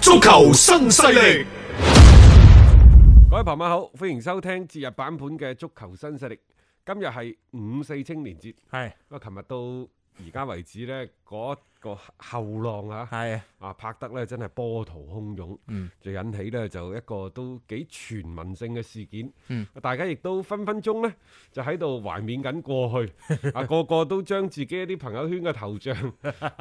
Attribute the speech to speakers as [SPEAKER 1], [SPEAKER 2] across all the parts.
[SPEAKER 1] 足球新勢力，
[SPEAKER 2] 各位朋友好，歡迎收聽節日版本嘅足球新勢力。今日係五四青年節，
[SPEAKER 3] 係
[SPEAKER 2] 咁啊，琴日到而家為止呢，嗰、個後浪啊，
[SPEAKER 3] 係
[SPEAKER 2] 啊拍得呢真係波濤洶湧，
[SPEAKER 3] 嗯
[SPEAKER 2] 就引起呢就一個都幾全民性嘅事件。
[SPEAKER 3] 嗯
[SPEAKER 2] 大家亦都分分鐘呢，就喺度懷緬緊過去，啊個個都將自己一啲朋友圈嘅頭 像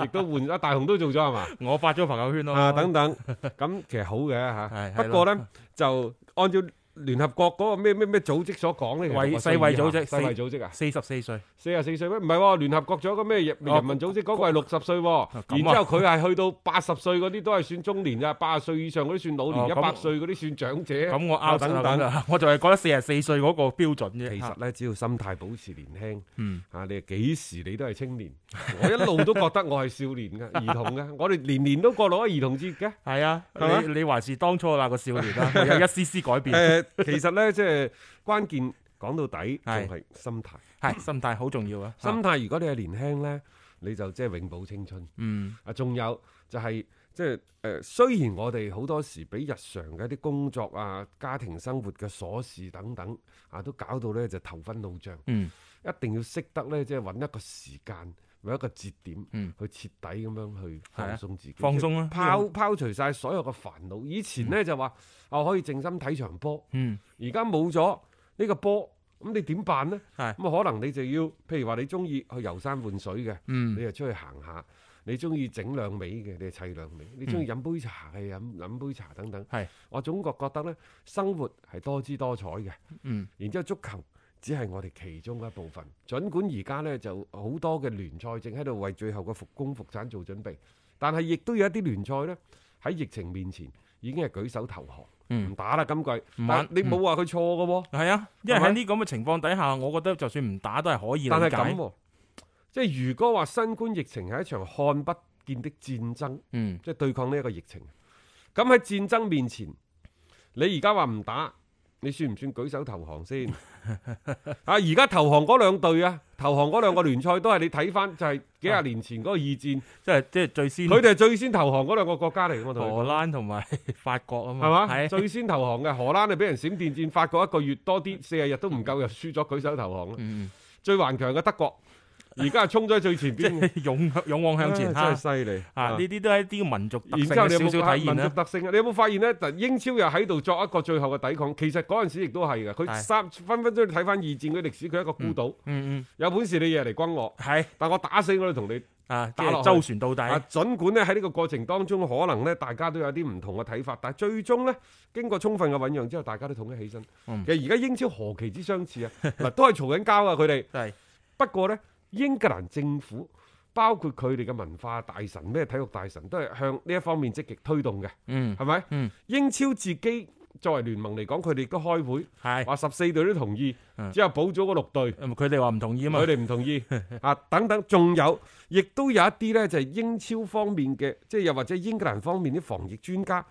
[SPEAKER 2] 亦都換，啊大雄都做咗係嘛？
[SPEAKER 3] 我發咗朋友圈咯。
[SPEAKER 2] 啊等 等，咁其實好嘅
[SPEAKER 3] 係
[SPEAKER 2] 嚇。
[SPEAKER 3] 係
[SPEAKER 2] 不過
[SPEAKER 3] 啦
[SPEAKER 2] 呢，就按照聯合國嗰個咩咩咩組織所講呢，
[SPEAKER 3] 為
[SPEAKER 2] 其實我
[SPEAKER 3] 世衛組織
[SPEAKER 2] 世衛組織啊，
[SPEAKER 3] 四十四歲，
[SPEAKER 2] 四十四歲咩？唔係喎，聯合國仲有個咩人
[SPEAKER 3] 哦
[SPEAKER 2] 人民組織嗰個係六十歲喎，然
[SPEAKER 3] 咁
[SPEAKER 2] 之
[SPEAKER 3] 啊
[SPEAKER 2] 後佢係去到八十歲嗰啲都係算中年咋，八十歲以上嗰啲算老年，
[SPEAKER 3] 哦
[SPEAKER 2] 一
[SPEAKER 3] 咁
[SPEAKER 2] 百歲嗰啲算長者。
[SPEAKER 3] 咁我 out
[SPEAKER 2] 啊
[SPEAKER 3] 等
[SPEAKER 2] 等
[SPEAKER 3] 等
[SPEAKER 2] 等。
[SPEAKER 3] 啦， 我就係覺得四十四歲嗰個標準啫。
[SPEAKER 2] 其實呢，只要心態保持年輕，
[SPEAKER 3] 嗯
[SPEAKER 2] 啊，你幾時你都係青年。我一路都覺得我係少年 嘅兒童嘅，我哋年年都過攞兒童節嘅。
[SPEAKER 3] 係啊，
[SPEAKER 2] 係
[SPEAKER 3] 你你還是當初那個少年 啦，會有一絲絲改變。
[SPEAKER 2] 誒，其實呢，即係關鍵講到底仲
[SPEAKER 3] 係
[SPEAKER 2] 係心態。
[SPEAKER 3] 係心態好重要啊。
[SPEAKER 2] 心態如果你係年輕呢，你就即係永葆青春。
[SPEAKER 3] 嗯
[SPEAKER 2] 啊，仲有就係即係誒，雖然我哋好多時俾日常嘅一啲工作啊、家庭生活嘅瑣事等等啊，都搞到呢就頭昏腦脹，
[SPEAKER 3] 嗯
[SPEAKER 2] 一定要識得呢，即係揾一個時間。揾一個節點、
[SPEAKER 3] 嗯
[SPEAKER 2] 去徹底咁樣去
[SPEAKER 3] 係
[SPEAKER 2] 放
[SPEAKER 3] 啊
[SPEAKER 2] 鬆自己，
[SPEAKER 3] 放鬆啊
[SPEAKER 2] 即係拋拋除晒所有嘅煩惱。以前呢，就話啊，可以靜心睇場波，
[SPEAKER 3] 嗯，
[SPEAKER 2] 而家冇咗呢個波，咁你點辦呢？
[SPEAKER 3] 係
[SPEAKER 2] 咁啊，可能你就要，譬如話你中意去遊山玩水嘅，
[SPEAKER 3] 嗯
[SPEAKER 2] 你就出去行下；你中意整兩味嘅，你就砌兩味；你中意飲杯茶嘅，飲飲杯茶等等。
[SPEAKER 3] 嗯係
[SPEAKER 2] 我總覺覺得呢，生活係多姿多彩嘅。
[SPEAKER 3] 嗯，
[SPEAKER 2] 然之後足球只係我哋其中一部分。儘管而家呢，就好多嘅聯賽正喺度為最後嘅復工復產做準備，但係亦都有一啲聯賽呢，喺疫情面前已經係舉手投降，唔、
[SPEAKER 3] 嗯
[SPEAKER 2] 打啦今季。
[SPEAKER 3] 唔玩嗯
[SPEAKER 2] 但你冇話佢錯嘅喎。
[SPEAKER 3] 係啊，因為
[SPEAKER 2] 係咪
[SPEAKER 3] 喺呢咁嘅情況底下，我覺得就算唔打都係可以
[SPEAKER 2] 但係
[SPEAKER 3] 理
[SPEAKER 2] 咁
[SPEAKER 3] 解。
[SPEAKER 2] 喎，即係如果話新冠疫情係一場看不見的戰爭，
[SPEAKER 3] 嗯
[SPEAKER 2] 即係對抗呢一個疫情。咁喺戰爭面前，你而家話唔打，你算唔算舉手投降 先？啊，而家投降嗰兩隊啊，投降嗰兩個聯賽都係你睇翻就係幾
[SPEAKER 3] 啊
[SPEAKER 2] 廿年前嗰個二戰，
[SPEAKER 3] 即係即係最先
[SPEAKER 2] 佢哋係最先投降嗰兩個國家嚟嘅，我同你
[SPEAKER 3] 荷
[SPEAKER 2] 講。
[SPEAKER 3] 蘭同埋 法國啊嘛，
[SPEAKER 2] 係嘛？
[SPEAKER 3] 哦係
[SPEAKER 2] 最先投降嘅荷蘭係俾人閃電戰，法國一個月多啲，四十日都唔夠，又輸咗舉手投降啦。
[SPEAKER 3] 嗯
[SPEAKER 2] 最頑強嘅德國，而家係衝咗喺最前
[SPEAKER 3] 即
[SPEAKER 2] 邊嘅。
[SPEAKER 3] 係勇勇往向前
[SPEAKER 2] 唉
[SPEAKER 3] 哈
[SPEAKER 2] 真。係犀利
[SPEAKER 3] 啊！呢啲都係一啲民族特
[SPEAKER 2] 然
[SPEAKER 3] 性
[SPEAKER 2] 之後
[SPEAKER 3] 嘅
[SPEAKER 2] 你有
[SPEAKER 3] 少
[SPEAKER 2] 冇
[SPEAKER 3] 少
[SPEAKER 2] 發
[SPEAKER 3] 體現嗯
[SPEAKER 2] 民族
[SPEAKER 3] 啦。
[SPEAKER 2] 特性啊？你有冇發現呢？突英超又喺度作一個最後嘅抵抗。其實嗰陣時亦都係嘅，佢
[SPEAKER 3] 係
[SPEAKER 2] 三分分鐘你睇翻二戰嘅歷史，佢一個孤島，
[SPEAKER 3] 嗯嗯，
[SPEAKER 2] 有本事你夜嚟轟我，
[SPEAKER 3] 係
[SPEAKER 2] 但我打死我都同你。
[SPEAKER 3] 啊，即
[SPEAKER 2] 打落
[SPEAKER 3] 係
[SPEAKER 2] 去
[SPEAKER 3] 周旋到底。
[SPEAKER 2] 啊，儘管呢喺呢個過程當中，可能呢大家都有啲唔同嘅睇法，但係最終呢，經過充分嘅醖釀之後，大家都統一起身。
[SPEAKER 3] 嗯
[SPEAKER 2] 其實而家英超何其之相似啊！嗱，都係嘈緊交啊，佢哋。
[SPEAKER 3] 係
[SPEAKER 2] 不過呢，英格蘭政府包括佢哋嘅文化大臣、咩體育大臣，都係向呢一方面積極推動嘅，
[SPEAKER 3] 嗯
[SPEAKER 2] 係咪？
[SPEAKER 3] 嗯
[SPEAKER 2] 英超自己作為聯盟嚟講，佢哋亦都開會，
[SPEAKER 3] 係，
[SPEAKER 2] 話十四隊都同意，
[SPEAKER 3] 嗯
[SPEAKER 2] 之後補咗嗰六隊。
[SPEAKER 3] 嗯佢哋話唔同意啊嘛
[SPEAKER 2] 佢。哋唔 同意啊，等等，仲有，亦都有一啲呢，就係、英超方面嘅，即係又或者英格蘭方面啲防疫專家，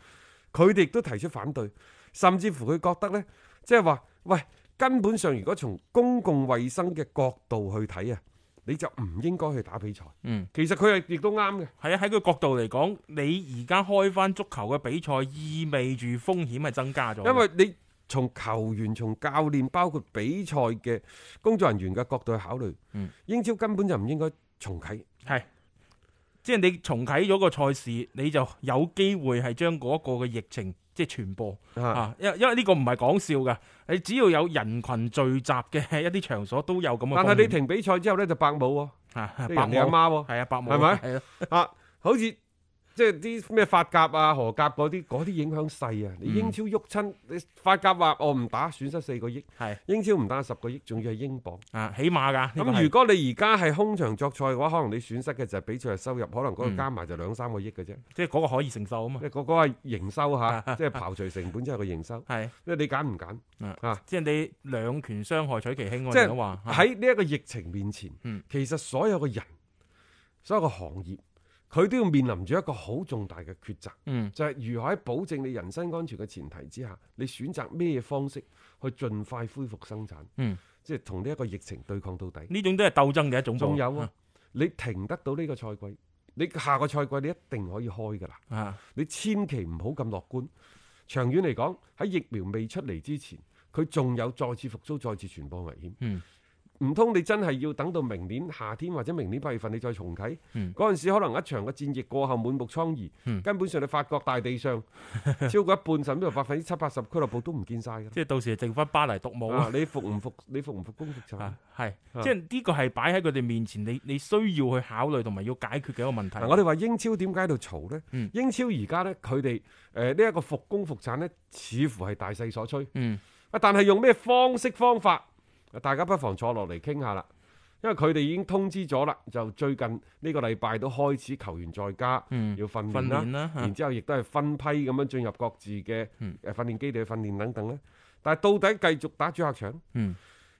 [SPEAKER 2] 佢哋亦都提出反對，甚至乎佢覺得呢，即係話，喂，根本上如果從公共衛生嘅角度去睇啊，你就唔應該去打比賽。
[SPEAKER 3] 嗯，
[SPEAKER 2] 其實佢係亦都啱嘅。
[SPEAKER 3] 係啊，喺佢角度嚟講，你而家開翻足球嘅比賽，意味住風險係增加咗。
[SPEAKER 2] 因為你從球員、從教練，包括比賽嘅工作人員嘅角度去考慮，
[SPEAKER 3] 嗯
[SPEAKER 2] 英超根本就唔應該重啟。
[SPEAKER 3] 係，即係你重啟咗個賽事，你就有機會係將嗰個嘅疫情即係傳播
[SPEAKER 2] 啊
[SPEAKER 3] 啊，因為因為呢個唔係講笑噶，你只要有人群聚集嘅一啲場所都有咁嘅風險。
[SPEAKER 2] 但係你停比賽之後咧就白母喎，
[SPEAKER 3] 啊
[SPEAKER 2] 即係
[SPEAKER 3] 白
[SPEAKER 2] 人哋阿
[SPEAKER 3] 母
[SPEAKER 2] 媽喎，
[SPEAKER 3] 係啊白母
[SPEAKER 2] 係咪
[SPEAKER 3] 係咯
[SPEAKER 2] 啊，好似即係啲咩法甲啊、荷甲嗰啲，嗰啲影響細啊。
[SPEAKER 3] 嗯
[SPEAKER 2] 你英超喐親，你法甲話我唔打，損失四個億；
[SPEAKER 3] 係
[SPEAKER 2] 英超唔打十個億，仲要係英鎊。
[SPEAKER 3] 啊起碼㗎。呢個
[SPEAKER 2] 咁
[SPEAKER 3] 係
[SPEAKER 2] 如果你而家係空場作賽嘅話，可能你損失嘅就係比賽嘅收入，可能嗰個
[SPEAKER 3] 嗯
[SPEAKER 2] 加埋就兩三個億嘅啫。
[SPEAKER 3] 即係嗰個可以承受啊嘛
[SPEAKER 2] 即，係嗰個係營收嚇，即係刨除成本之後嘅營收。
[SPEAKER 3] 係啊
[SPEAKER 2] 即係你揀唔揀？啊
[SPEAKER 3] 即係你兩權傷害取其輕，啊我
[SPEAKER 2] 即係
[SPEAKER 3] 哋都話啊
[SPEAKER 2] 喺呢一個疫情面前，
[SPEAKER 3] 嗯
[SPEAKER 2] 其實所有嘅人、所有嘅行業，佢都要面臨住一個好重大嘅抉擇。
[SPEAKER 3] 嗯
[SPEAKER 2] 就係如何喺保證你人身安全嘅前提之下，你選擇咩方式去盡快恢復生產，
[SPEAKER 3] 嗯
[SPEAKER 2] 即係同呢一個疫情對抗到底。
[SPEAKER 3] 呢種都係鬥爭嘅一種噃。
[SPEAKER 2] 仲有啊，你停得到呢個賽季，你下個賽季你一定可以開㗎啦。
[SPEAKER 3] 啊
[SPEAKER 2] 你千祈唔好咁樂觀。長遠嚟講，喺疫苗未出嚟之前，佢仲有再次復甦、再次傳播危險。
[SPEAKER 3] 嗯
[SPEAKER 2] 唔通你真係要等到明年夏天或者明年八月份你再重啟？
[SPEAKER 3] 嗯
[SPEAKER 2] 嗰陣、時可能一場嘅戰役過後滿目瘡痍，
[SPEAKER 3] 嗯
[SPEAKER 2] 根本上你法國大地 上超過一半甚至乎百分之七八十俱樂部都唔見晒㗎啦。
[SPEAKER 3] 即係到時就剩翻巴黎獨舞
[SPEAKER 2] 啊
[SPEAKER 3] 啊！
[SPEAKER 2] 你服唔服？你服唔服工服產？
[SPEAKER 3] 啊，係，
[SPEAKER 2] 啊
[SPEAKER 3] 即係呢個係擺喺佢哋面前，你你需要去考慮同埋要解決嘅一個問題。
[SPEAKER 2] 嗱，我哋話英超點解喺度嘈呢？
[SPEAKER 3] 嗯
[SPEAKER 2] 英超而家呢，佢哋誒呢一個復工復產呢，似乎係大勢所趨。
[SPEAKER 3] 嗯
[SPEAKER 2] 啊，但係用咩方式方法，啊大家不妨坐落嚟傾下啦。因為佢哋已經通知咗啦，就最近呢個禮拜都開始球員在家、
[SPEAKER 3] 嗯
[SPEAKER 2] 要訓
[SPEAKER 3] 訓
[SPEAKER 2] 練啦，
[SPEAKER 3] 練啦嚇
[SPEAKER 2] 然之後亦都係分批咁樣進入各自嘅
[SPEAKER 3] 嗯
[SPEAKER 2] 誒訓練基地去訓練等等咧。但係到底繼續打主客場，
[SPEAKER 3] 嗯，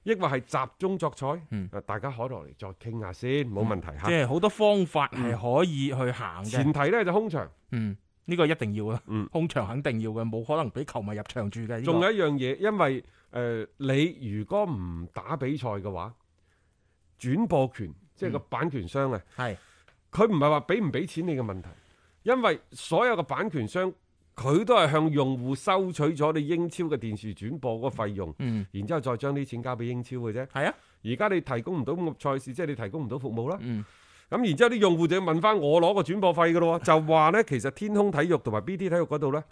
[SPEAKER 2] 抑或係集中作賽？
[SPEAKER 3] 嗯
[SPEAKER 2] 啊大家可落嚟再傾下先，冇問題
[SPEAKER 3] 即
[SPEAKER 2] 嚇。
[SPEAKER 3] 係好多方法係可以去行嘅。
[SPEAKER 2] 嗯前提呢就空場，
[SPEAKER 3] 嗯，呢個一定要啊
[SPEAKER 2] 嗯，
[SPEAKER 3] 空場肯定要嘅，冇可能俾球迷入場住嘅。呢個
[SPEAKER 2] 仲有一樣嘢，因為誒、呃你如果唔打比賽嘅話，轉播權即
[SPEAKER 3] 嗯
[SPEAKER 2] 係個版權商啊。
[SPEAKER 3] 係
[SPEAKER 2] 佢唔係話俾唔俾錢你嘅問題，因為所有嘅版權商佢都係向用戶收取咗你英超嘅電視轉播嗰個費用，
[SPEAKER 3] 嗯
[SPEAKER 2] 然之後再將啲錢交俾英超嘅啫。
[SPEAKER 3] 係啊，
[SPEAKER 2] 而家你提供唔到咁嘅賽事，即係你提供唔到服務啦。
[SPEAKER 3] 嗯
[SPEAKER 2] 咁然之後啲用戶就要問翻我攞個轉播費嘅咯喎，就話呢，其實天空體育同埋 BT 體育嗰度呢，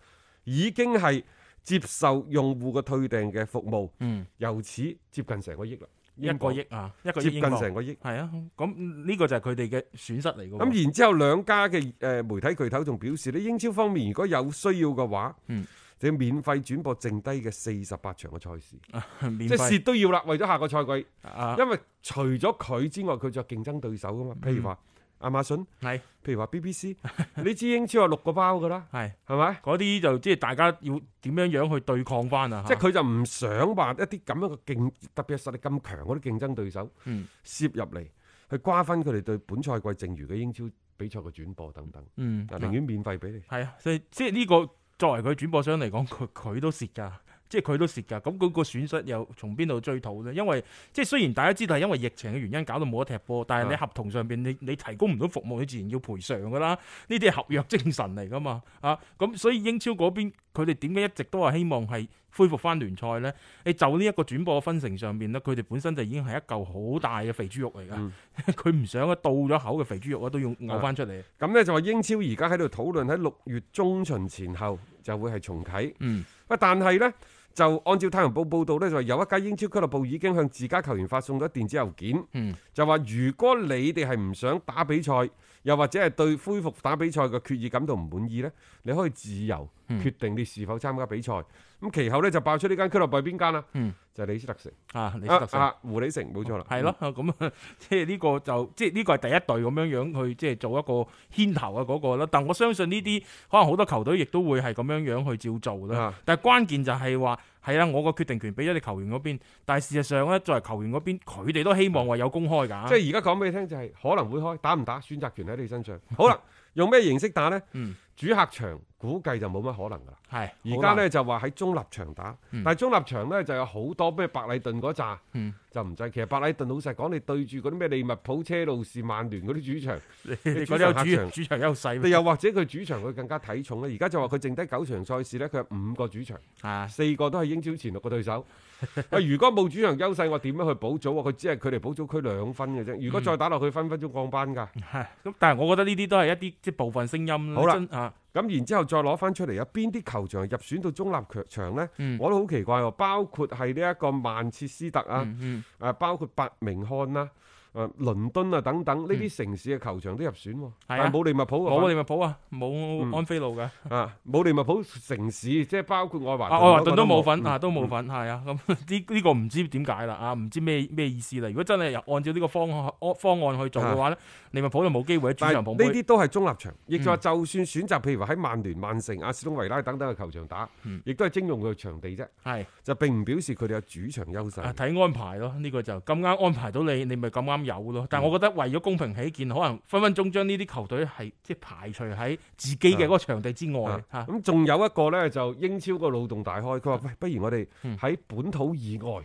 [SPEAKER 2] 已經係接受用戶嘅退訂嘅服務，
[SPEAKER 3] 嗯，
[SPEAKER 2] 由此接近成個億啦，
[SPEAKER 3] 一
[SPEAKER 2] 英
[SPEAKER 3] 個
[SPEAKER 2] 鎊
[SPEAKER 3] 億啊，一個億
[SPEAKER 2] 接
[SPEAKER 3] 英
[SPEAKER 2] 近
[SPEAKER 3] 鎊
[SPEAKER 2] 成個億。
[SPEAKER 3] 係啊，咁呢個就係佢哋嘅損失嚟嘅喎。
[SPEAKER 2] 咁然之後兩家嘅誒媒體巨頭仲表示咧，英超方面如果有需要嘅話，
[SPEAKER 3] 嗯
[SPEAKER 2] 就要免費轉播剩低嘅四十八場嘅賽事，
[SPEAKER 3] 然免
[SPEAKER 2] 即係
[SPEAKER 3] 費
[SPEAKER 2] 蝕都要啦，為咗下個賽季，
[SPEAKER 3] 啊，嗯
[SPEAKER 2] 因為除咗佢之外，佢仲有競爭對手噶嘛，譬如話亞馬遜，
[SPEAKER 3] 係
[SPEAKER 2] 譬如話 BBC，你 知英超有六個包噶啦，
[SPEAKER 3] 係
[SPEAKER 2] 係咪？
[SPEAKER 3] 嗰啲就即係大家要點樣樣去對抗翻啊？
[SPEAKER 2] 即係
[SPEAKER 3] 嚇
[SPEAKER 2] 佢就唔想話一啲咁樣嘅競，特別係實力咁強嗰啲競爭對手，
[SPEAKER 3] 嗯
[SPEAKER 2] 涉入嚟去瓜分佢哋對本賽季剩餘嘅英超比賽嘅轉播等等，
[SPEAKER 3] 嗯
[SPEAKER 2] 啊，寧願免費俾你。
[SPEAKER 3] 係啊，所以即係呢個作為佢轉播商嚟講，佢佢都蝕㗎，即係佢都蝕㗎。咁嗰個損失又從邊度追討咧？因為即係雖然大家知道係因為疫情嘅原因搞到冇得踢波，但係你
[SPEAKER 2] 啊
[SPEAKER 3] 合同上邊你你提供唔到服務，你自然要賠償㗎啦。呢啲係合約精神嚟㗎嘛啊！咁所以英超嗰邊佢哋點解一直都係希望係恢復翻聯賽咧？你就呢一個轉播嘅分成上邊咧，佢哋本身就已經係一嚿好大嘅肥豬肉嚟㗎
[SPEAKER 2] 嗯，
[SPEAKER 3] 佢唔、想啊到咗口嘅肥豬肉啊都要嘔翻出嚟。
[SPEAKER 2] 咁呢就話英超而家喺度討論喺六月中旬前後就會係重啟。
[SPEAKER 3] 嗯
[SPEAKER 2] 喂，但係呢，就按照《太陽報》報導呢，就話有一家英超俱樂部已經向自家球員發送咗電子郵件，
[SPEAKER 3] 嗯
[SPEAKER 2] 就話如果你哋係唔想打比賽，又或者係對恢復打比賽嘅決議感到唔滿意呢，你可以自由
[SPEAKER 3] 嗯
[SPEAKER 2] 決定你是否參加比賽。咁、其後呢，就爆出呢間俱樂部係邊間啦？
[SPEAKER 3] 嗯
[SPEAKER 2] 就係李斯特城。
[SPEAKER 3] 啊，李斯特
[SPEAKER 2] 啊
[SPEAKER 3] 城。
[SPEAKER 2] 啊，胡里城冇錯啦。
[SPEAKER 3] 係咯，咁啊， 即係呢個就即係呢個係第一隊咁樣樣去即係做一個牽頭啊嗰個啦。但我相信呢啲可能好多球隊亦都會係咁樣樣去照做啦
[SPEAKER 2] 嗯啊。
[SPEAKER 3] 但係關鍵就係話係啦，我個決定權俾咗你球員嗰邊，但係事實上咧，作為球員嗰邊，佢哋都希望話有公開㗎。
[SPEAKER 2] 即係而家講俾你聽就係可能會開，打唔打選擇權喺你身 上。好啦，用咩形式打呢？
[SPEAKER 3] 嗯
[SPEAKER 2] 主客場估計就冇乜可能噶啦。
[SPEAKER 3] 係
[SPEAKER 2] 而家， 呢就話喺中立場打，
[SPEAKER 3] 嗯
[SPEAKER 2] 但係中立場呢就有好多咩白禮頓嗰扎
[SPEAKER 3] 嗯
[SPEAKER 2] 就唔制。其實白禮頓老實講，你對住嗰啲咩利物浦、車路士、曼聯嗰啲 主場，
[SPEAKER 3] 你你
[SPEAKER 2] 主
[SPEAKER 3] 覺得有
[SPEAKER 2] 場
[SPEAKER 3] 主
[SPEAKER 2] 客場
[SPEAKER 3] 主場優勢
[SPEAKER 2] 你
[SPEAKER 3] 咩
[SPEAKER 2] 又或者佢主場佢更加睇重咧。而家就話佢剩低九場賽事呢，佢有五個主場，
[SPEAKER 3] 啊？
[SPEAKER 2] 四個都係英超前六個對手。 喂，如果冇主場優勢，我點樣去補組啊？佢只係距離補組區兩分嘅啫。如果再打落去，分分鐘降班㗎。
[SPEAKER 3] 係咁，但係我覺得呢啲都係一啲即係部分聲音啦。
[SPEAKER 2] 好啦
[SPEAKER 3] 真啊，
[SPEAKER 2] 咁然之後再攞翻出嚟有邊啲球場入選到中立強場呢？
[SPEAKER 3] 嗯
[SPEAKER 2] 我都好奇怪喎，包括係呢一個曼徹斯特啊，誒、
[SPEAKER 3] 嗯嗯
[SPEAKER 2] 包括伯明翰啦、誒、倫敦啊等等呢啲城市嘅球場都入選喎，但係冇利物浦嘅
[SPEAKER 3] 嗯啊冇
[SPEAKER 2] 反
[SPEAKER 3] 利物浦啊，
[SPEAKER 2] 嗯
[SPEAKER 3] 冇安菲路嘅，
[SPEAKER 2] 啊，冇利物浦城市，即係包括愛華
[SPEAKER 3] 啊，
[SPEAKER 2] 頓
[SPEAKER 3] 愛華頓
[SPEAKER 2] 嗰個
[SPEAKER 3] 都冇份
[SPEAKER 2] 嗯
[SPEAKER 3] 啊，都冇份，係啊，咁呢呢個唔知點解啦，啊，唔知咩咩意思啦。如果真係又按照呢個方案方案去做嘅話咧，利物浦就冇機會喺主
[SPEAKER 2] 但係
[SPEAKER 3] 場捧
[SPEAKER 2] 呢
[SPEAKER 3] 杯。嗯
[SPEAKER 2] 啲都係中立場，亦就話就算選擇譬如話喺曼聯、曼城、阿士東維拉等等嘅球場打，
[SPEAKER 3] 嗯
[SPEAKER 2] 亦都係徵用佢嘅場地啫，
[SPEAKER 3] 係
[SPEAKER 2] 就並唔表示佢哋有主場優勢
[SPEAKER 3] 啊，。睇安排咯，呢、個就咁啱安排到你，你咪咁啱有咯。但係我覺得為咗公平起見，可能分分鐘將呢啲球隊係即係排除喺自己嘅嗰個場地之外
[SPEAKER 2] 啊
[SPEAKER 3] 嚇。嗯
[SPEAKER 2] 咁仲有一個呢，就英超個腦洞大開，佢話：喂，不如我哋喺本土以外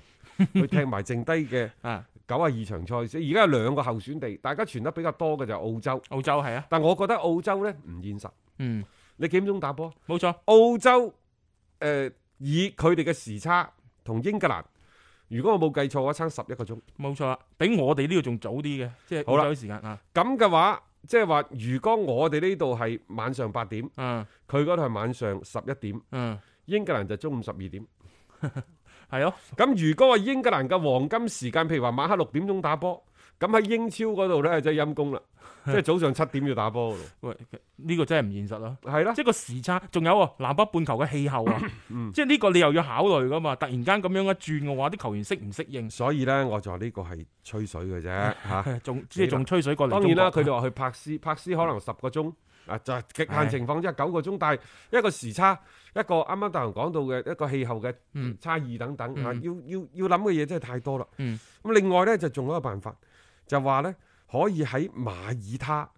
[SPEAKER 2] 去踢埋剩低嘅
[SPEAKER 3] 啊
[SPEAKER 2] 九啊二場賽事。而家有兩個候選地，大家傳得比較多嘅就係澳洲，
[SPEAKER 3] 澳洲係啊，
[SPEAKER 2] 但我覺得澳洲呢唔現實。
[SPEAKER 3] 嗯，
[SPEAKER 2] 你幾點鐘打波？啊
[SPEAKER 3] 冇錯，
[SPEAKER 2] 澳洲誒、呃以佢哋嘅時差同英格蘭，如果我冇計錯嘅話，差十一個鐘。
[SPEAKER 3] 冇錯啦，比我哋呢度仲早啲嘅，即係
[SPEAKER 2] 好啦
[SPEAKER 3] 澳洲時間啊，
[SPEAKER 2] 咁嘅話，即係話，如果我哋呢度係晚上八點，
[SPEAKER 3] 嗯
[SPEAKER 2] 佢嗰度係晚上十一點，
[SPEAKER 3] 嗯，
[SPEAKER 2] 英格蘭就中午十二點。
[SPEAKER 3] 係咯，
[SPEAKER 2] 咁如果話英格蘭嘅黃金時間，譬如話晚黑六點鐘打波，咁喺英超嗰度呢，真係陰 公啦，即係早上七點要打波 咯。
[SPEAKER 3] 喂，呢、個真係唔現實咯。
[SPEAKER 2] 係啦
[SPEAKER 3] 即，係個時差，仲有啊，南北半球嘅氣候啊，
[SPEAKER 2] 嗯
[SPEAKER 3] 即係呢個你又要考慮噶嘛。突然間咁樣一轉嘅話，啲球員適唔適應？
[SPEAKER 2] 所以呢，我就話呢個係吹水嘅啫嚇。
[SPEAKER 3] 仲即係仲吹水過嚟
[SPEAKER 2] 當
[SPEAKER 3] 中國。
[SPEAKER 2] 然啦，佢哋話去柏斯，柏斯可能十個鐘，啊就係極限情況之下九個鐘，但係一個時差，一個啱啱大雄講到嘅一個氣候嘅
[SPEAKER 3] 嗯
[SPEAKER 2] 差異等等，
[SPEAKER 3] 嗯
[SPEAKER 2] 啊要要要諗嘅嘢真係太多啦。
[SPEAKER 3] 嗯
[SPEAKER 2] 咁另外呢，就仲有一個辦法，就話呢可以喺馬爾 他，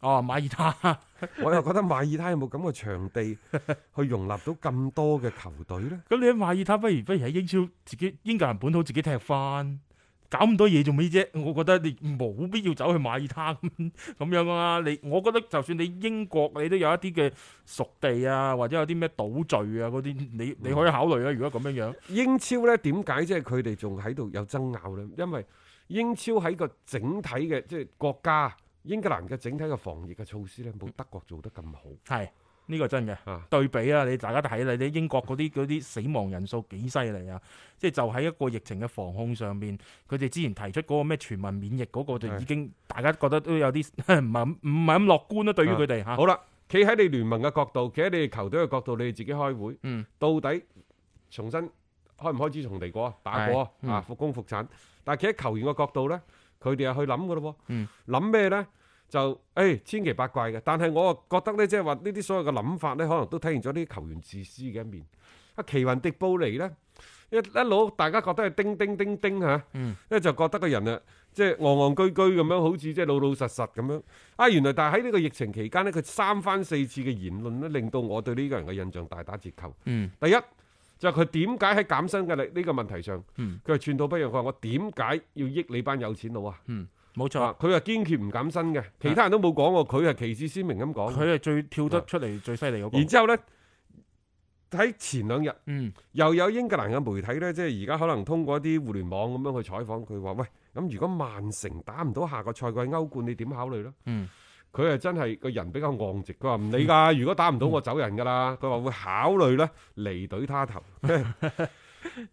[SPEAKER 3] 哦，馬爾他。
[SPEAKER 2] 我又覺得馬爾他有冇咁嘅場地去容納到咁多嘅球隊呢？
[SPEAKER 3] 咁你喺馬爾他不如不如喺英超自己英格蘭本土自己踢翻，搞咁多嘢做咩啫？我覺得你冇必要走去馬爾他咁 咁樣啊！你我覺得就算你英國你都有一啲嘅屬地啊，或者有啲咩島嶼啊嗰啲，你你可以考慮啊！如果咁樣樣，
[SPEAKER 2] 英超呢點解即係佢哋仲喺度有爭拗呢？因為英超喺個整體嘅即係國家英格蘭嘅整體嘅防疫嘅措施呢，冇德國做得咁好。
[SPEAKER 3] 係呢、個真嘅。
[SPEAKER 2] 啊，
[SPEAKER 3] 對比啊，你大家睇啦，你英國嗰啲嗰啲死亡人數幾犀利啊！即係就喺一個疫情嘅防控上面，佢哋之前提出嗰個咩全民免疫嗰個就已經大家覺得都有啲 唔係咁唔係咁樂觀啊啦、對於佢哋嚇。
[SPEAKER 2] 好啦，企喺你聯盟嘅角度，企喺你哋球隊嘅角度，你哋自己開會，
[SPEAKER 3] 嗯
[SPEAKER 2] 到底重新開唔開始重嚟過啊？打過啊
[SPEAKER 3] 係嗯
[SPEAKER 2] 啊，復工復產。但係企喺球員嘅角度呢，佢哋係去諗噶咯
[SPEAKER 3] 嗯
[SPEAKER 2] 喎，諗咩呢？就誒、千奇百怪嘅，但係我啊覺得呢，即係話呢啲所有嘅諗法呢，可能都體現咗呢啲球員自私嘅一面。啊，奇雲迪布尼呢，一一路大家覺得係叮叮叮叮嚇，
[SPEAKER 3] 嗯
[SPEAKER 2] 咧、就覺得個人啊，即係戇戇居居咁樣，好似即係老老實實咁樣。啊，原來但係喺呢個疫情期間呢，佢三番四次嘅言論呢，令到我對呢個人嘅印象大打折扣。
[SPEAKER 3] 嗯，
[SPEAKER 2] 第一就係佢點解喺減薪嘅呢個問題上，
[SPEAKER 3] 嗯
[SPEAKER 2] 佢係寸土不讓。佢話我點解要益你班有錢佬啊？
[SPEAKER 3] 冇嗯錯嗯
[SPEAKER 2] 啊，佢係堅決唔減薪嘅，其他人都冇講過，佢係旗幟鮮明咁講。
[SPEAKER 3] 佢係最跳得出嚟最犀利嗰
[SPEAKER 2] 啊然
[SPEAKER 3] 個。
[SPEAKER 2] 之後呢，喺前兩日
[SPEAKER 3] 嗯，
[SPEAKER 2] 又有英格蘭嘅媒體呢，即係而家可能通過一啲互聯網咁樣去採訪佢話：喂，咁如果曼城打唔到下個賽季歐冠，你點考慮呢？
[SPEAKER 3] 嗯
[SPEAKER 2] 佢係真係個人比較昂直，佢話唔理㗎，如果打唔到我走人㗎啦。佢話會考慮呢，離隊他投。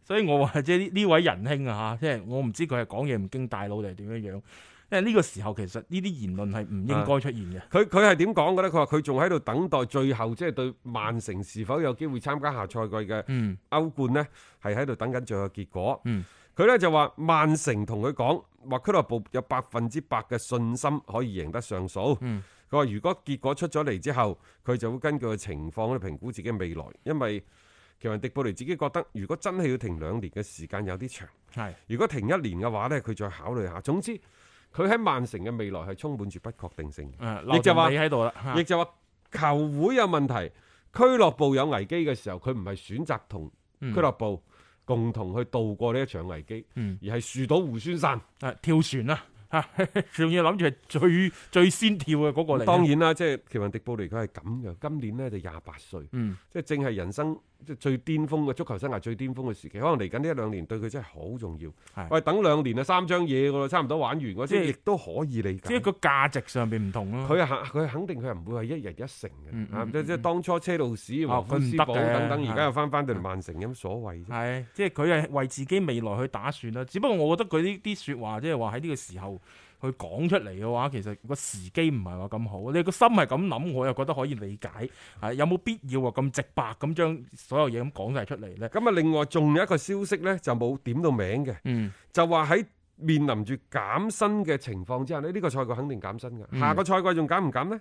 [SPEAKER 3] 所以我話即係呢呢位仁兄啊嚇，即係我唔知佢係講嘢唔經大腦定係點樣樣。因為呢個時候其實呢啲言論係唔應
[SPEAKER 2] 啊
[SPEAKER 3] 該出現嘅。
[SPEAKER 2] 佢佢係點講嘅呢？佢話佢仲喺度等待最後，即係對曼城是否有機會參加下賽季嘅
[SPEAKER 3] 嗯
[SPEAKER 2] 歐冠呢，係喺度等緊最後結果。
[SPEAKER 3] 嗯
[SPEAKER 2] 佢呢就話曼城同佢講話俱樂部有百分之百嘅信心可以贏得上訴。
[SPEAKER 3] 嗯
[SPEAKER 2] 佢話如果結果出咗嚟之後，佢就會根據個情況去評估自己嘅未來，因為奇雲迪布尼自己覺得如果真係要停兩年嘅時間有啲長，
[SPEAKER 3] 係
[SPEAKER 2] 如果停一年嘅話呢，佢再考慮下。總之，佢喺曼城嘅未來係充滿住不確定性嘅。
[SPEAKER 3] 誒，
[SPEAKER 2] 亦
[SPEAKER 3] 留
[SPEAKER 2] 就話
[SPEAKER 3] 啊你喺度啦。啊嚇
[SPEAKER 2] 亦就話球會有問題，俱樂部有危機嘅時候，佢唔係選擇同俱
[SPEAKER 3] 嗯
[SPEAKER 2] 樂部共同去度過呢一場危機，
[SPEAKER 3] 嗯
[SPEAKER 2] 而係樹倒猢猻散。
[SPEAKER 3] 啊跳船啦、啊， 吓、仲要諗住係最最先跳嘅嗰個嚟。
[SPEAKER 2] 當，然啦，即係奇雲迪布尼佢係咁嘅，今年呢就廿八歲，
[SPEAKER 3] 嗯
[SPEAKER 2] 即係正係人生即係最巔峰嘅足球生涯最巔峰嘅時期，可能嚟緊呢一兩年對佢真係好重要
[SPEAKER 3] 係。
[SPEAKER 2] 喂，等兩年啊，三張嘢噶啦，差唔多玩完嗰
[SPEAKER 3] 即係
[SPEAKER 2] 啲，亦都可以理
[SPEAKER 3] 即係
[SPEAKER 2] 解。
[SPEAKER 3] 個價值上邊唔同咯。
[SPEAKER 2] 佢肯佢肯定佢係唔會係一人一城嘅，
[SPEAKER 3] 嗯啊嗯
[SPEAKER 2] 啊
[SPEAKER 3] 嗯
[SPEAKER 2] 即即係當初車路士、
[SPEAKER 3] 哦
[SPEAKER 2] 和夫斯堡
[SPEAKER 3] 佢唔得嘅
[SPEAKER 2] 等等，而
[SPEAKER 3] 係
[SPEAKER 2] 家又翻翻到嚟曼城，有乜所謂啫？
[SPEAKER 3] 係，即係佢係為自己未來去打算啦。只不過我覺得佢呢啲説話，即係話喺呢個時候去講出嚟嘅話，其實個時機唔係話咁好。你個心係咁諗，我又覺得可以理解。係有冇必要話咁直白咁將所有嘢咁講晒出嚟呢？
[SPEAKER 2] 咁啊，另外仲有一個消息呢，就冇點到名嘅，
[SPEAKER 3] 嗯，
[SPEAKER 2] 就話喺面臨住減薪嘅情況之下呢，呢、個賽季肯定減薪
[SPEAKER 3] 嗯
[SPEAKER 2] 嘅。下個賽季仲減唔減呢？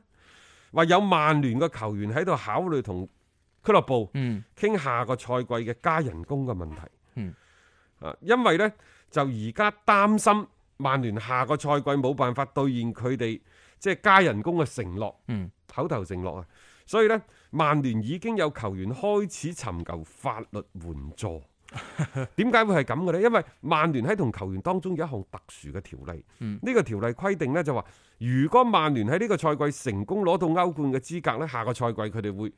[SPEAKER 2] 話有曼聯嘅球員喺度考慮同俱樂部
[SPEAKER 3] 嗯
[SPEAKER 2] 傾下個賽季嘅加人工嘅問題。
[SPEAKER 3] 嗯，
[SPEAKER 2] 啊，因為呢，就而家擔心曼聯下個賽季冇辦法兌現佢哋即係加人工嘅承諾。
[SPEAKER 3] 嗯，
[SPEAKER 2] 口頭承諾啊，所以呢，曼聯已經有球員開始尋求法律援 助。點解會係咁嘅呢？因為曼聯喺同球員當中有一項特殊嘅條例，呢、
[SPEAKER 3] 嗯
[SPEAKER 2] 個條例規定呢，就話，如果曼聯喺呢個賽季成功攞到歐冠嘅資格呢，下個賽季佢哋會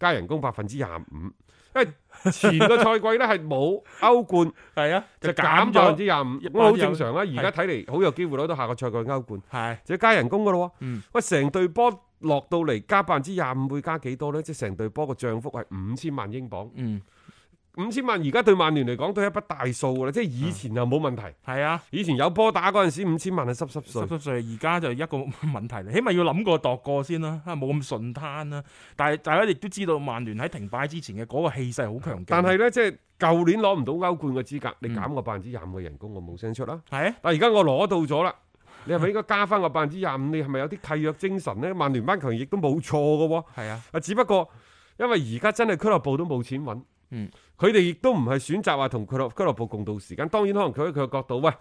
[SPEAKER 2] 加人工百分之廿 五，因為前個賽季呢係冇歐冠
[SPEAKER 3] 係啊，
[SPEAKER 2] 就
[SPEAKER 3] 就
[SPEAKER 2] 減
[SPEAKER 3] 減
[SPEAKER 2] 百分
[SPEAKER 3] 咗
[SPEAKER 2] 之廿五，咁好正常啊！而家睇嚟好有機會攞到下個賽季歐冠。
[SPEAKER 3] 係
[SPEAKER 2] 就要加人工噶咯喎。
[SPEAKER 3] 嗯
[SPEAKER 2] 喂，成隊波落到嚟加百分之廿五會加幾多呢？即係成隊波個漲幅係五千萬英鎊，
[SPEAKER 3] 嗯
[SPEAKER 2] 五千萬而家對曼聯嚟講都係一筆大數噶啦。即係以前又冇問題，
[SPEAKER 3] 係啊。
[SPEAKER 2] 以前有波打嗰陣時五千萬係濕濕碎
[SPEAKER 3] 濕。濕碎，而家就一個 問題嚟，起碼要諗過度過先啦，啊冇咁順攤啦。但係大家亦都知道，曼聯喺停擺之前嘅嗰個氣勢好強勁。
[SPEAKER 2] 但係呢，即係舊年攞唔到歐冠嘅資格，你
[SPEAKER 3] 嗯
[SPEAKER 2] 減我百分之廿五嘅人工，我冇聲出啦。
[SPEAKER 3] 係啊，
[SPEAKER 2] 但係而家我攞到咗啦。你係咪應該加翻個百分之廿五？你係咪有啲契約精神呢？曼聯班球員亦都冇錯嘅喎。
[SPEAKER 3] 係啊，
[SPEAKER 2] 啊，只不過因為而家真係俱樂部都冇錢揾，
[SPEAKER 3] 嗯，
[SPEAKER 2] 佢哋亦都唔係選擇話同俱樂俱樂部共度時間。當然，可能佢喺佢嘅角度，喂，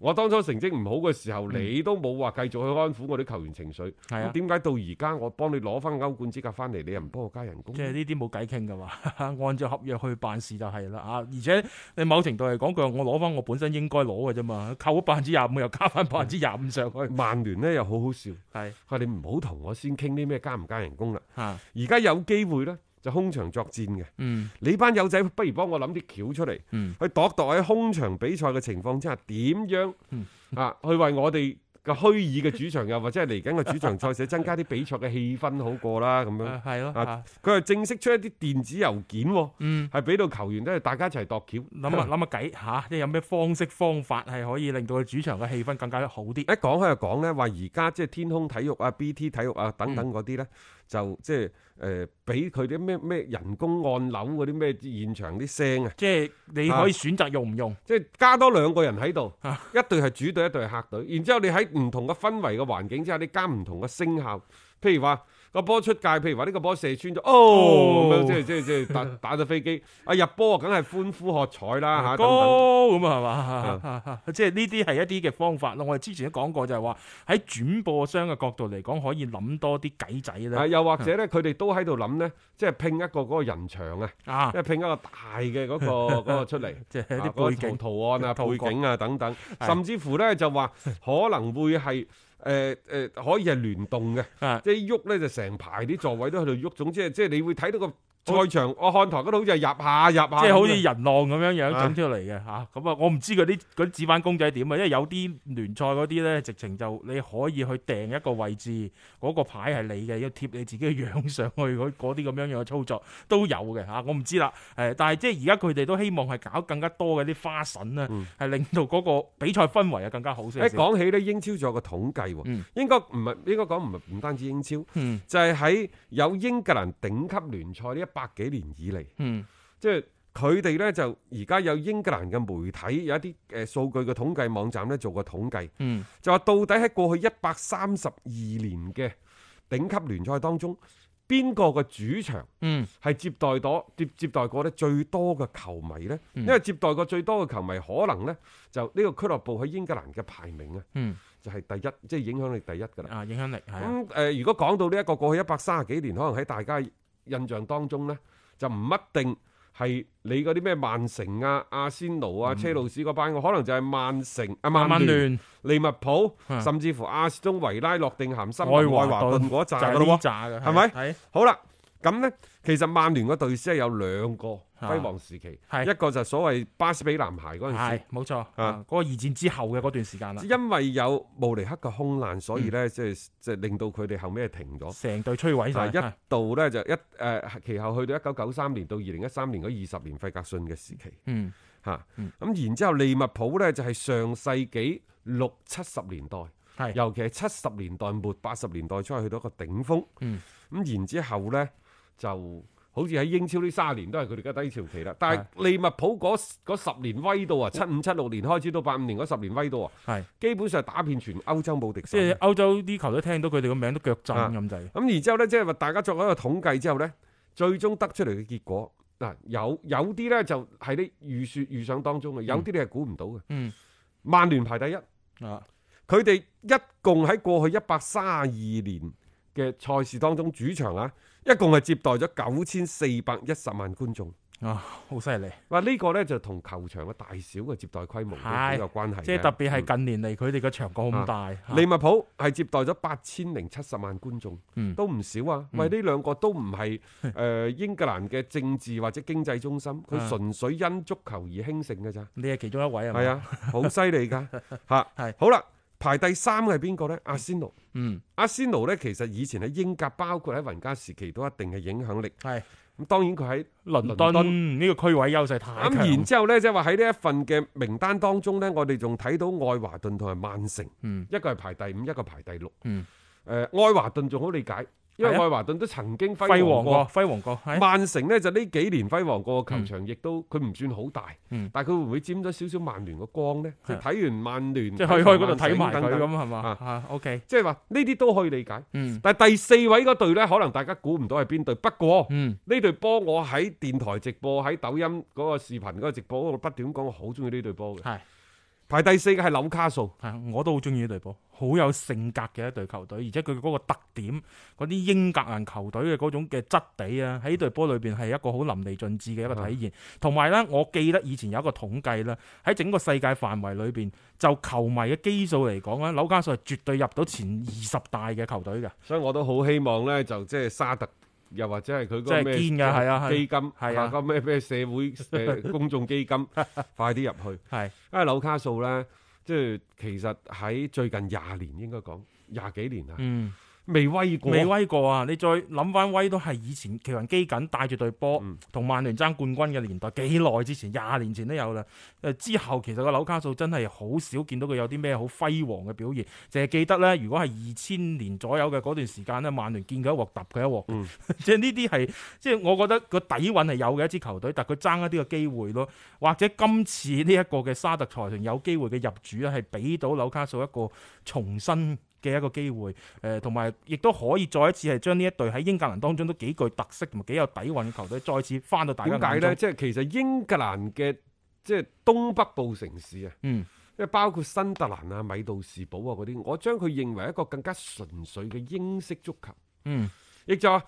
[SPEAKER 2] 我當初成績唔好嘅時候，你都冇話繼續去安撫我啲球員情緒，
[SPEAKER 3] 嗯係啊
[SPEAKER 2] 咁點解到而家我幫你攞翻歐冠資格翻嚟，你又唔幫我加人工？
[SPEAKER 3] 即係呢啲冇偈傾嘅話， 按照合約去辦事就係啦啊！而且你某程度嚟講，佢話我攞翻我本身應該攞嘅啫嘛，扣咗百分之廿五又 加
[SPEAKER 2] 嗯
[SPEAKER 3] 翻百分之廿五上去，
[SPEAKER 2] 曼聯呢又好好笑，
[SPEAKER 3] 係
[SPEAKER 2] 佢話你唔好同我先傾啲咩加唔加人工啦，
[SPEAKER 3] 啊，
[SPEAKER 2] 而家有機會呢，就空場作戰嘅，
[SPEAKER 3] 嗯
[SPEAKER 2] 你班友仔不如幫我諗啲橋出嚟。
[SPEAKER 3] 嗯
[SPEAKER 2] 去度度喺空場比賽嘅情況之下，點樣
[SPEAKER 3] 嗯
[SPEAKER 2] 啊去為我哋嘅虛擬嘅主場又或者係嚟緊嘅主場賽事增加啲比賽嘅氣氛好過啦咁樣。
[SPEAKER 3] 啊係咯，
[SPEAKER 2] 啊
[SPEAKER 3] 啊
[SPEAKER 2] 佢係正式出一啲電子郵件喎，
[SPEAKER 3] 嗯。
[SPEAKER 2] 係俾到球員咧，大家一齊度橋。
[SPEAKER 3] 諗下諗下計吓，即係有咩方式方法係可以令到佢主場嘅氣氛更加好啲？
[SPEAKER 2] 一講喺度講咧，話而家即係天空體育啊、BT 體育啊等
[SPEAKER 3] 嗯
[SPEAKER 2] 等嗰啲咧，就即係誒俾佢啲咩咩人工按鈕嗰啲咩現場啲聲啊，
[SPEAKER 3] 即係你可以選擇用唔用，
[SPEAKER 2] 即係加多兩個人喺度
[SPEAKER 3] 啊，
[SPEAKER 2] 一隊係主隊，一隊係客隊。然之後你喺唔同嘅氛圍嘅環境之下，你加唔同嘅聲效，譬如話個波出界，譬如話呢個波射穿咗，哦，咁樣
[SPEAKER 3] 哦
[SPEAKER 2] 即係即係即係打打咗飛機，啊入波啊梗係歡呼喝彩啦嚇，
[SPEAKER 3] 啊高
[SPEAKER 2] 啊等嗯等
[SPEAKER 3] 咁啊係嘛？ 即係呢啲係一啲嘅方法咯。我哋之前都講過就係話喺轉播商嘅角度嚟講，可以諗多啲計仔
[SPEAKER 2] 啊
[SPEAKER 3] 咧
[SPEAKER 2] 又或者咧，佢哋都喺度諗咧，即係拼一個嗰個人牆啊，
[SPEAKER 3] 啊
[SPEAKER 2] 即，係拼一個大嘅嗰個嗰個出嚟。
[SPEAKER 3] 即係
[SPEAKER 2] 啊
[SPEAKER 3] 啲背
[SPEAKER 2] 嗰個圖
[SPEAKER 3] 景
[SPEAKER 2] 圖案啊、
[SPEAKER 3] 圖
[SPEAKER 2] 背
[SPEAKER 3] 角
[SPEAKER 2] 景啊等等，
[SPEAKER 3] 係
[SPEAKER 2] 甚至乎咧就話可能會係誒誒可以係聯動嘅
[SPEAKER 3] 啊，
[SPEAKER 2] 即係喐咧就成排啲座位都喺度喐，總之係即係你會睇到個賽場，我看台嗰度好似係入下入下啊咁樣，
[SPEAKER 3] 即係好似人浪咁樣樣
[SPEAKER 2] 啊
[SPEAKER 3] 整出嚟嘅嚇，啊咁啊我唔知嗰啲嗰啲紙板公仔點啊，因為有啲聯賽嗰啲咧，直情就你可以去訂一個位置，嗰、個牌係你嘅，要貼你自己嘅樣上去嗰 嗰啲咁樣樣嘅操作都有嘅嚇、啊我唔知啦，誒，但係即係而家佢哋都希望係搞更加多嘅啲花神咧，係、
[SPEAKER 2] 嗯
[SPEAKER 3] 令到嗰個比賽氛圍啊更加好先。
[SPEAKER 2] 誒講起咧，英超仲有個統計喎，
[SPEAKER 3] 嗯
[SPEAKER 2] 應該唔係應該講唔係唔單止英超，
[SPEAKER 3] 嗯
[SPEAKER 2] 就係喺有英格蘭頂級聯賽呢一百幾年以嚟，
[SPEAKER 3] 嗯
[SPEAKER 2] 即係佢哋咧就而家有英格蘭嘅媒體有一啲誒數據嘅統計網站咧做過統計。
[SPEAKER 3] 嗯
[SPEAKER 2] 就話到底喺過去一百三十二年嘅頂級聯賽當中，邊個嘅主場
[SPEAKER 3] 嗯
[SPEAKER 2] 係接待到接接待過咧最多嘅球迷呢？
[SPEAKER 3] 嗯
[SPEAKER 2] 因為接待過最多嘅球迷，可能呢，就呢個俱樂部喺英格蘭嘅排名啊，
[SPEAKER 3] 嗯
[SPEAKER 2] 就係第一，即係影響力第一㗎啦。
[SPEAKER 3] 啊影響力係啊
[SPEAKER 2] 咁誒、呃如果講到呢一個過去一百三十幾年，可能喺大家印象當中呢，就唔一定係你嗰啲咩曼城啊、阿仙奴啊、車路士嗰班，可能就係曼城啊、曼
[SPEAKER 3] 曼
[SPEAKER 2] 聯。
[SPEAKER 3] 聯
[SPEAKER 2] 利物浦，
[SPEAKER 3] 嗯
[SPEAKER 2] 甚至乎阿士東維拉、諾定咸、森林、
[SPEAKER 3] 愛
[SPEAKER 2] 愛
[SPEAKER 3] 華
[SPEAKER 2] 華頓嗰
[SPEAKER 3] 就
[SPEAKER 2] 扎
[SPEAKER 3] 係
[SPEAKER 2] 噶咯
[SPEAKER 3] 呢
[SPEAKER 2] 喎。
[SPEAKER 3] 扎嘅，
[SPEAKER 2] 係咪
[SPEAKER 3] 係
[SPEAKER 2] 好啦，咁呢，其實曼聯嘅隊史係有兩個
[SPEAKER 3] 啊
[SPEAKER 2] 輝煌時期，
[SPEAKER 3] 係
[SPEAKER 2] 一個就係所謂巴士比男孩嗰陣時
[SPEAKER 3] 係。冇錯，啊嗰個二戰之後嘅嗰段時間啦，
[SPEAKER 2] 因為有慕尼黑嘅空難，所以呢，即係即係令到佢哋後尾係停咗。
[SPEAKER 3] 成隊摧毀
[SPEAKER 2] 啊
[SPEAKER 3] 晒，係
[SPEAKER 2] 一度呢，就一誒、呃其後去到一九九三年到二零一三年嗰二十年費格遜嘅時期
[SPEAKER 3] 嗯
[SPEAKER 2] 嚇。咁、然之後利物浦呢，就係、上世紀六七十年代，
[SPEAKER 3] 係
[SPEAKER 2] 尤其係七十年代末八十年代初去到一個頂峰。
[SPEAKER 3] 嗯
[SPEAKER 2] 咁然之後呢，就好似喺英超呢三十年都係佢哋嘅低潮期啦。但係利物浦嗰嗰十年威到啊，七五七六年開始到八五年嗰十年威到啊，
[SPEAKER 3] 係
[SPEAKER 2] 基本上打遍全歐洲冇敵手
[SPEAKER 3] 即。係歐洲啲球隊聽到佢哋個名都腳震
[SPEAKER 2] 啊
[SPEAKER 3] 咁滯，
[SPEAKER 2] 咁然之後呢，即係話大家作為一個統計之後呢，最終得出嚟嘅結果嗱，有有啲呢就係你預算預想當中嘅，有啲你係估唔到嘅。
[SPEAKER 3] 嗯
[SPEAKER 2] 曼聯排第一，
[SPEAKER 3] 啊
[SPEAKER 2] 佢哋一共喺過去一百三十二年嘅賽事當中，主場啊，一共係接待咗九千四百一十萬觀眾。
[SPEAKER 3] 啊好犀利！
[SPEAKER 2] 話呢個呢，就同球場嘅大小嘅接待規模都好有關係嘅。嗯啊
[SPEAKER 3] 即係特別係近年嚟佢哋個場個咁大，啊嚇
[SPEAKER 2] 利物浦係接待咗八千零七十萬觀眾，
[SPEAKER 3] 嗯
[SPEAKER 2] 都唔少啊！喂，呢兩個都唔 係誒英格蘭嘅政治或者經濟中心，佢
[SPEAKER 3] 啊
[SPEAKER 2] 純粹因足球而興盛嘅咋，
[SPEAKER 3] 你係其中一位係咪。
[SPEAKER 2] 係，啊，好犀利㗎嚇
[SPEAKER 3] 係
[SPEAKER 2] 好啦，排第三嘅係邊個呢？阿仙奴。
[SPEAKER 3] 嗯
[SPEAKER 2] 阿仙奴呢，其實以前喺英甲，包括喺雲加時期都一定嘅影響力。
[SPEAKER 3] 係
[SPEAKER 2] 咁當然佢喺
[SPEAKER 3] 倫
[SPEAKER 2] 倫
[SPEAKER 3] 敦呢個區位優勢太
[SPEAKER 2] 咁
[SPEAKER 3] 強，
[SPEAKER 2] 然之後呢，即係話喺呢一份嘅名單當中呢，我哋仲睇到愛華頓同埋曼城，
[SPEAKER 3] 嗯
[SPEAKER 2] 一個係排第五，一個排第六。
[SPEAKER 3] 嗯
[SPEAKER 2] 誒、愛華頓仲好理解，因為
[SPEAKER 3] 係啊
[SPEAKER 2] 愛華頓都曾經輝煌
[SPEAKER 3] 輝煌
[SPEAKER 2] 過
[SPEAKER 3] 過，。哎輝煌過，係
[SPEAKER 2] 曼城呢，就呢幾年輝煌過嘅球場，亦都佢唔算好大，
[SPEAKER 3] 嗯
[SPEAKER 2] 但係佢會唔會沾咗少少曼聯嘅光呢？即係睇完曼聯，
[SPEAKER 3] 即係去去嗰度睇埋
[SPEAKER 2] 曼城
[SPEAKER 3] 佢
[SPEAKER 2] 等
[SPEAKER 3] 咁
[SPEAKER 2] 等，
[SPEAKER 3] 係嘛？
[SPEAKER 2] 啊
[SPEAKER 3] 啊，OK，
[SPEAKER 2] 即係話呢啲都可以理解。
[SPEAKER 3] 嗯
[SPEAKER 2] 但係第四位嗰隊呢，可能大家估唔到係邊隊。不過
[SPEAKER 3] 嗯
[SPEAKER 2] 呢隊波我喺電台直播、喺抖音嗰個視頻嗰個直播，我不斷講我好中意呢隊波嘅。
[SPEAKER 3] 係。
[SPEAKER 2] 排第四嘅係紐卡素，
[SPEAKER 3] 係，我都好中意呢隊波，好有性格嘅一隊球隊，而且佢嗰個特點，嗰啲英格蘭球隊嘅嗰種嘅質地啊，喺呢隊波裏邊係一個好淋漓盡致嘅一個體現。同埋呢，我記得以前有一個統計啦，喺整個世界範圍裏邊，就球迷嘅基數嚟講咧，紐卡素係絕對入到前二十大嘅球隊嘅。
[SPEAKER 2] 所以我都好希望呢，就即係沙特，又或者係佢
[SPEAKER 3] 真
[SPEAKER 2] 嗰
[SPEAKER 3] 係
[SPEAKER 2] 咩
[SPEAKER 3] 堅㗎係啊係啊
[SPEAKER 2] 基金，
[SPEAKER 3] 係
[SPEAKER 2] 下
[SPEAKER 3] 啊
[SPEAKER 2] 個咩咩社 會誒公眾基金，快啲入去。
[SPEAKER 3] 係
[SPEAKER 2] 因為紐卡素呢，即係其實喺最近廿年應該講廿幾年啊，
[SPEAKER 3] 嗯。
[SPEAKER 2] 未威過。
[SPEAKER 3] 未威過啊！你再諗翻威都係以前奇雲基緊帶住隊波
[SPEAKER 2] 嗯
[SPEAKER 3] 同曼聯爭冠軍嘅年代，幾耐之前？廿年前都有啦。誒之後其實個紐卡素真係好少見到佢有啲咩好輝煌嘅表現，淨係記得呢，如果係二千年左右嘅嗰段時間呢，曼聯見佢一鑊揼佢一鑊，
[SPEAKER 2] 嗯
[SPEAKER 3] 即係呢啲係即係我覺得個底韻係有嘅一支球隊，但佢爭一啲嘅機會咯。或者今次呢一個嘅沙特財團有機會嘅入主咧，係俾到紐卡素一個重新嘅一個機會。誒，同埋亦都可以再一次係將呢一隊喺英格蘭當中都幾具特色同埋幾有底韻嘅球隊，再次翻到大家
[SPEAKER 2] 點解
[SPEAKER 3] 眼
[SPEAKER 2] 呢？
[SPEAKER 3] 中。
[SPEAKER 2] 即係其實英格蘭嘅即係東北部城市啊，
[SPEAKER 3] 嗯，
[SPEAKER 2] 即係包括新特蘭啊、米杜士堡啊嗰啲，我將佢認為一個更加純粹嘅英式足球，
[SPEAKER 3] 嗯，
[SPEAKER 2] 亦就話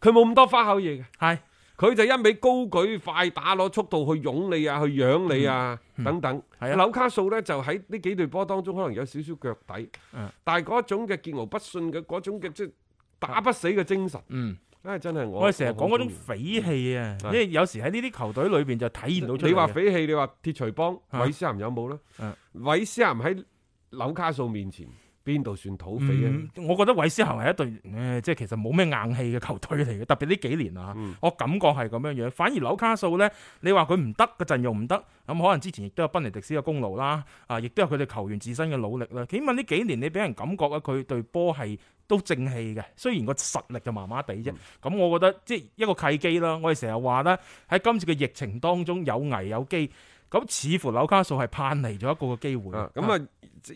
[SPEAKER 2] 佢冇咁多花巧嘢嘅，
[SPEAKER 3] 係
[SPEAKER 2] 佢就一味高舉快打攞速度去擁你啊、去養你啊、等等。
[SPEAKER 3] 係啊
[SPEAKER 2] 紐卡素呢，就喺呢幾隊波當中可能有少少腳底，
[SPEAKER 3] 嗯
[SPEAKER 2] 但係嗰種嘅桀驁不馴嘅嗰種嘅即係打不死嘅精神，
[SPEAKER 3] 嗯，
[SPEAKER 2] 唉、真係我
[SPEAKER 3] 我哋成日
[SPEAKER 2] 我好
[SPEAKER 3] 講
[SPEAKER 2] 中
[SPEAKER 3] 嗰種
[SPEAKER 2] 意
[SPEAKER 3] 匪氣啊，
[SPEAKER 2] 係
[SPEAKER 3] 因為有時喺呢啲球隊裏邊就體現到出嚟嘅。
[SPEAKER 2] 你話匪氣，你話鐵錘幫，
[SPEAKER 3] 啊
[SPEAKER 2] 韋斯咸有冇呢
[SPEAKER 3] 啊？
[SPEAKER 2] 韋斯咸喺紐卡素面前，邊度算土匪啊？
[SPEAKER 3] 嗯我覺得韋斯咸係一隊誒、呃即係其實冇咩硬氣嘅球隊嚟嘅，特別呢幾年啊，
[SPEAKER 2] 嗯
[SPEAKER 3] 我感覺係咁樣樣。反而紐卡素呢，你話佢唔得個陣容唔得，咁、可能之前亦都有賓尼迪斯嘅功勞啦，啊，亦都有佢哋球員自身嘅努力啦。起碼呢幾年你俾人感覺啊，佢對波係都正氣嘅，雖然個實力就麻麻地
[SPEAKER 2] 嗯
[SPEAKER 3] 啫。咁、我覺得即係一個契機啦。我哋成日話呢，喺今次嘅疫情當中有危有機，咁似乎紐卡素係盼嚟咗一個嘅機會。
[SPEAKER 2] 啊，咁啊，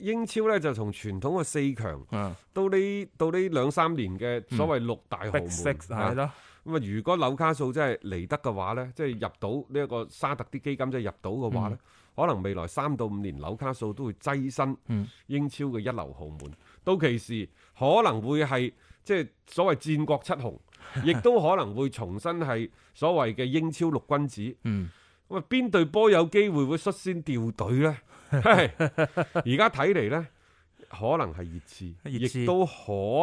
[SPEAKER 2] 英超呢就從傳統嘅四強
[SPEAKER 3] 啊，
[SPEAKER 2] 到呢到呢兩三年嘅所謂六大豪
[SPEAKER 3] Big Six
[SPEAKER 2] 門啊
[SPEAKER 3] 係咯，
[SPEAKER 2] 咁啊，如果紐卡素真係嚟得嘅話呢，即係入到呢一個沙特啲基金真係入到嘅話呢，可能未來三到五年紐卡素都會躋身
[SPEAKER 3] 嗯
[SPEAKER 2] 英超嘅一流豪門。到其時可能會係即係所謂戰國七 雄，亦都可能會重新係所謂嘅英超六君子。
[SPEAKER 3] 嗯。
[SPEAKER 2] 咁啊，邊隊波有機會會率先掉隊呢？嘿而家睇嚟呢，可能係熱刺，
[SPEAKER 3] 熱刺
[SPEAKER 2] 亦都可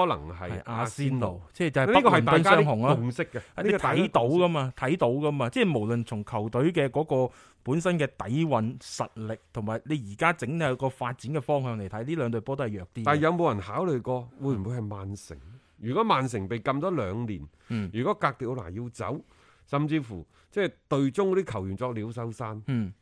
[SPEAKER 2] 能
[SPEAKER 3] 係
[SPEAKER 2] 係
[SPEAKER 3] 阿
[SPEAKER 2] 阿
[SPEAKER 3] 仙
[SPEAKER 2] 仙
[SPEAKER 3] 奴
[SPEAKER 2] 奴。，
[SPEAKER 3] 即係就
[SPEAKER 2] 呢
[SPEAKER 3] 係
[SPEAKER 2] 個
[SPEAKER 3] 北
[SPEAKER 2] 係
[SPEAKER 3] 倫
[SPEAKER 2] 大
[SPEAKER 3] 敦
[SPEAKER 2] 家
[SPEAKER 3] 雙
[SPEAKER 2] 啲
[SPEAKER 3] 雄啦。
[SPEAKER 2] 共識嘅，呢
[SPEAKER 3] 啊你
[SPEAKER 2] 個大家
[SPEAKER 3] 睇到
[SPEAKER 2] 共識
[SPEAKER 3] 噶嘛？睇到噶嘛？即係無論從球隊嘅嗰個本身嘅底蕴、實力，同埋你而家整體個發展嘅方向嚟睇，呢兩隊波都係弱啲嘅。
[SPEAKER 2] 但係有冇人考慮過會唔會係曼城？如果曼城被禁咗兩年，
[SPEAKER 3] 嗯
[SPEAKER 2] 如果格迪奧拿要走，甚至乎即係隊中嗰啲球員作鳥獸散，
[SPEAKER 3] 嗯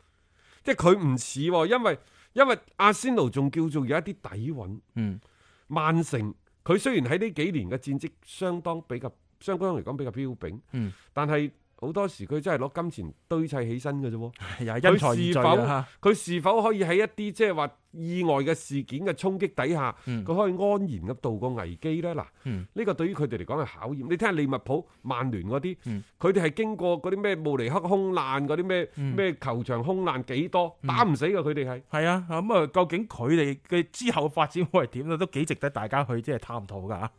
[SPEAKER 2] 即係佢唔似喎，因為因為阿仙奴仲叫做有一啲底韻，
[SPEAKER 3] 嗯
[SPEAKER 2] 曼城佢雖然喺呢幾年嘅戰績相當比較相當嚟講比較彪炳，
[SPEAKER 3] 嗯，
[SPEAKER 2] 但係好多時佢真係攞金錢堆砌起身嘅啫喎。
[SPEAKER 3] 又啊係因材
[SPEAKER 2] 佢是
[SPEAKER 3] 而聚
[SPEAKER 2] 否
[SPEAKER 3] 啦
[SPEAKER 2] 佢是否可以喺一啲即係話意外嘅事件嘅衝擊底下，佢、
[SPEAKER 3] 嗯
[SPEAKER 2] 可以安然咁度過危機呢？嗱，
[SPEAKER 3] 嗯
[SPEAKER 2] 呢個對於佢哋嚟講係考驗。你睇下利物浦、曼聯嗰啲
[SPEAKER 3] 嗯，
[SPEAKER 2] 佢哋係經過嗰啲咩慕尼黑空難、嗰啲咩
[SPEAKER 3] 嗯
[SPEAKER 2] 咩球場空難幾多，打唔死嘅佢哋係。
[SPEAKER 3] 係啊，咁啊，究竟佢哋嘅之後發展會係點咧？都幾值得大家去即係探討㗎嚇。